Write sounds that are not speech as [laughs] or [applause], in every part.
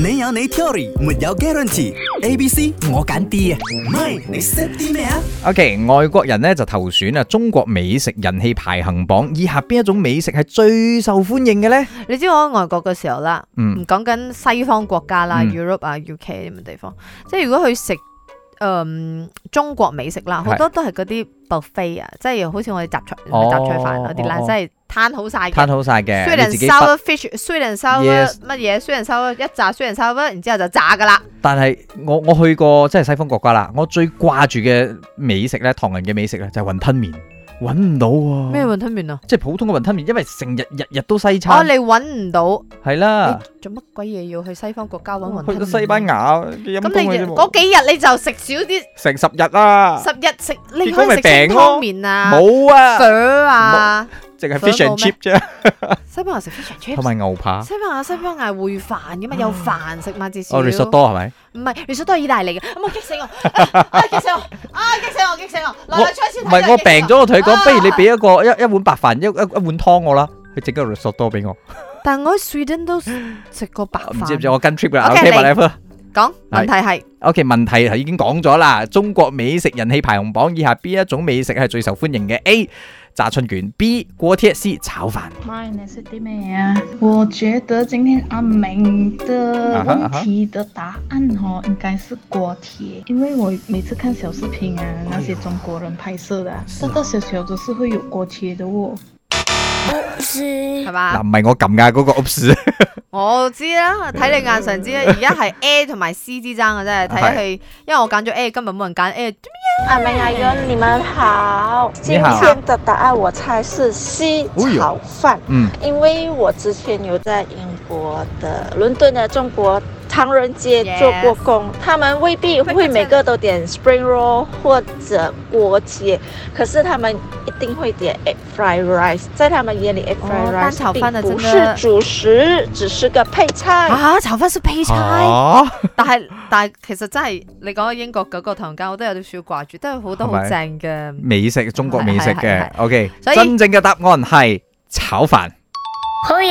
你有你 theory，沒有 guarantee。A、B、C 我揀 D 啊，MY 你識啲咩啊？ O.K. 外國人咧就投選啊中國美食人氣排行榜，以下邊一種美食係最受歡迎嘅呢？你知我喺外國嘅時候啦，嗯唔講緊西方國家啦、嗯 Europe 啊、UK 咁嘅地方，即係如果去食誒中國美食啦，係好多都係嗰啲 buffet 啊，即係好似我哋雜菜唔哦係雜菜飯嗰啲啦，哦哦即係攤好晒攤嘅。好晒嘅，雖你然自己不 sour fish、雖然 sour Yes 乜嘢、雖然 sour 一炸、雖然 sour，然之後就炸噶啦。但係我我去過即係西方國家啦，我最掛住嘅美食咧，唐人嘅美食咧就係雲吞麵，揾唔到喎。咩雲吞麵啊？即係普通嘅雲吞麵，因為成日日日都西哦，餐你，揾唔到，係啦你。做乜鬼嘢要去西方國家揾雲去吞到麵？啊西班，牙陰咁公你嘅就啫喎，嗰幾日你就食少啲，成十日啦，十日食你結果可咪以食清病湯咯麵啊。冇 [laughs] 啊，粉啊，淨係粉 fish and 冇咩 chip 啫，西班牙食 fish and 同 chips，埋牛扒。西班牙西班牙烩飯噶嘛，有飯食嘛至少。哦，你索多係咪？唔係，你索多係意大利嘅，咁我激 [laughs] 死我，啊啊激死我，啊激死我，激死我，來來出先。唔係我病咗，我同佢啊講，不如你俾一個一一碗白飯，一一一碗湯我啦。佢整個 risotto 俾我，但我喺 Sweden 都食過白唔知唔知飯。我跟 trip 啦。 OK， OK，嚟埋你啦。講問題係 OK，問題係已經講咗啦。中國美食人氣排行榜以下邊一種美食係最受歡迎嘅？A 炸春卷，B 鍋貼，C 炒飯。麦，你是弟妹啊！我觉得今天阿明的啊哈啊问哈题的答案哦，应该是锅贴，因为我每次看小视频啊，那些中国人拍摄的啊，是啊大大小小都是会有锅贴的哦。係嗱，嘛？唔係我撳㗎，嗰個 [laughs] ops 我知啦，睇你眼神知啦。而家係 A 同埋 C 之爭嘅啫，睇佢，因為我揀咗 A，今日冇人揀 A。阿明阿英，你们好。你今好天的答案我猜是 C 哎呦炒饭，嗯，因为我之前有在英国的伦敦的中国唐人街 Yes 做过工他们未必快快会站每个都点 spring roll 或者锅贴，可是他们一定会点 egg fried rice，在他们眼里 egg 哦 fried 蛋炒 rice 饭的并不真是的主食，只是个配菜。啊，炒飯是配菜。啊但係但係其實真係你講到英國嗰個唐人街，我都有啲少掛住，都有好多好係咪嗯正嘅。美食，中國美食係係嘅係。 OK，所以真正嘅答案係炒飯。好嘢，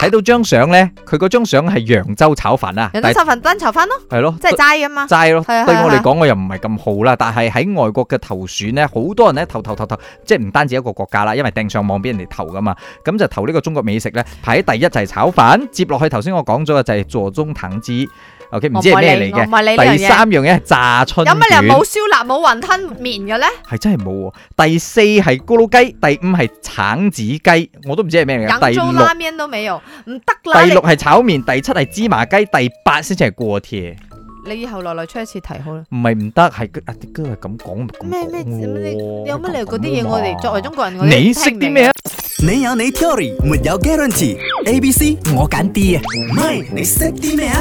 睇到張相咧，佢嗰張相係揚州炒飯啦，人但哋係炒飯單炒飯咯，係咯，即係齋噶嘛。齋咯，係啊對係啊我嚟係啊講我又唔係咁好啦，但係喺外國嘅投選咧，好多人咧投投投投，即係唔單止一個國家啦，因為掟上網俾人哋投噶嘛，咁就投呢個中國美食咧，排喺第一就係炒飯，接落去頭先我講咗嘅就係座中藤枝，OK 唔知係咩嚟哦我唔係理嘅，呢樣嘢第三樣嘢係炸春有卷，乜理由冇燒臘冇雲吞麵嘅咧？係真係冇喎，第四係咕嚕雞，第五係橙子雞，我都唔知係咩嚟嘅，揚第州六拉麵都未有，唔得啦！第六係炒麵，第七係芝麻雞，第八先至係過鐵。你你以後來來出一次題好啦。唔係唔得，係佢阿啲哥係咁講，咁咩咩講咁你喎有乜理由咁嗰啲嘢啊我哋作為中國人，我哋你識啲咩啊？？你有你 theory，沒有 guarantee。A、B、C 我揀 D 啊，MY 你識啲咩啊？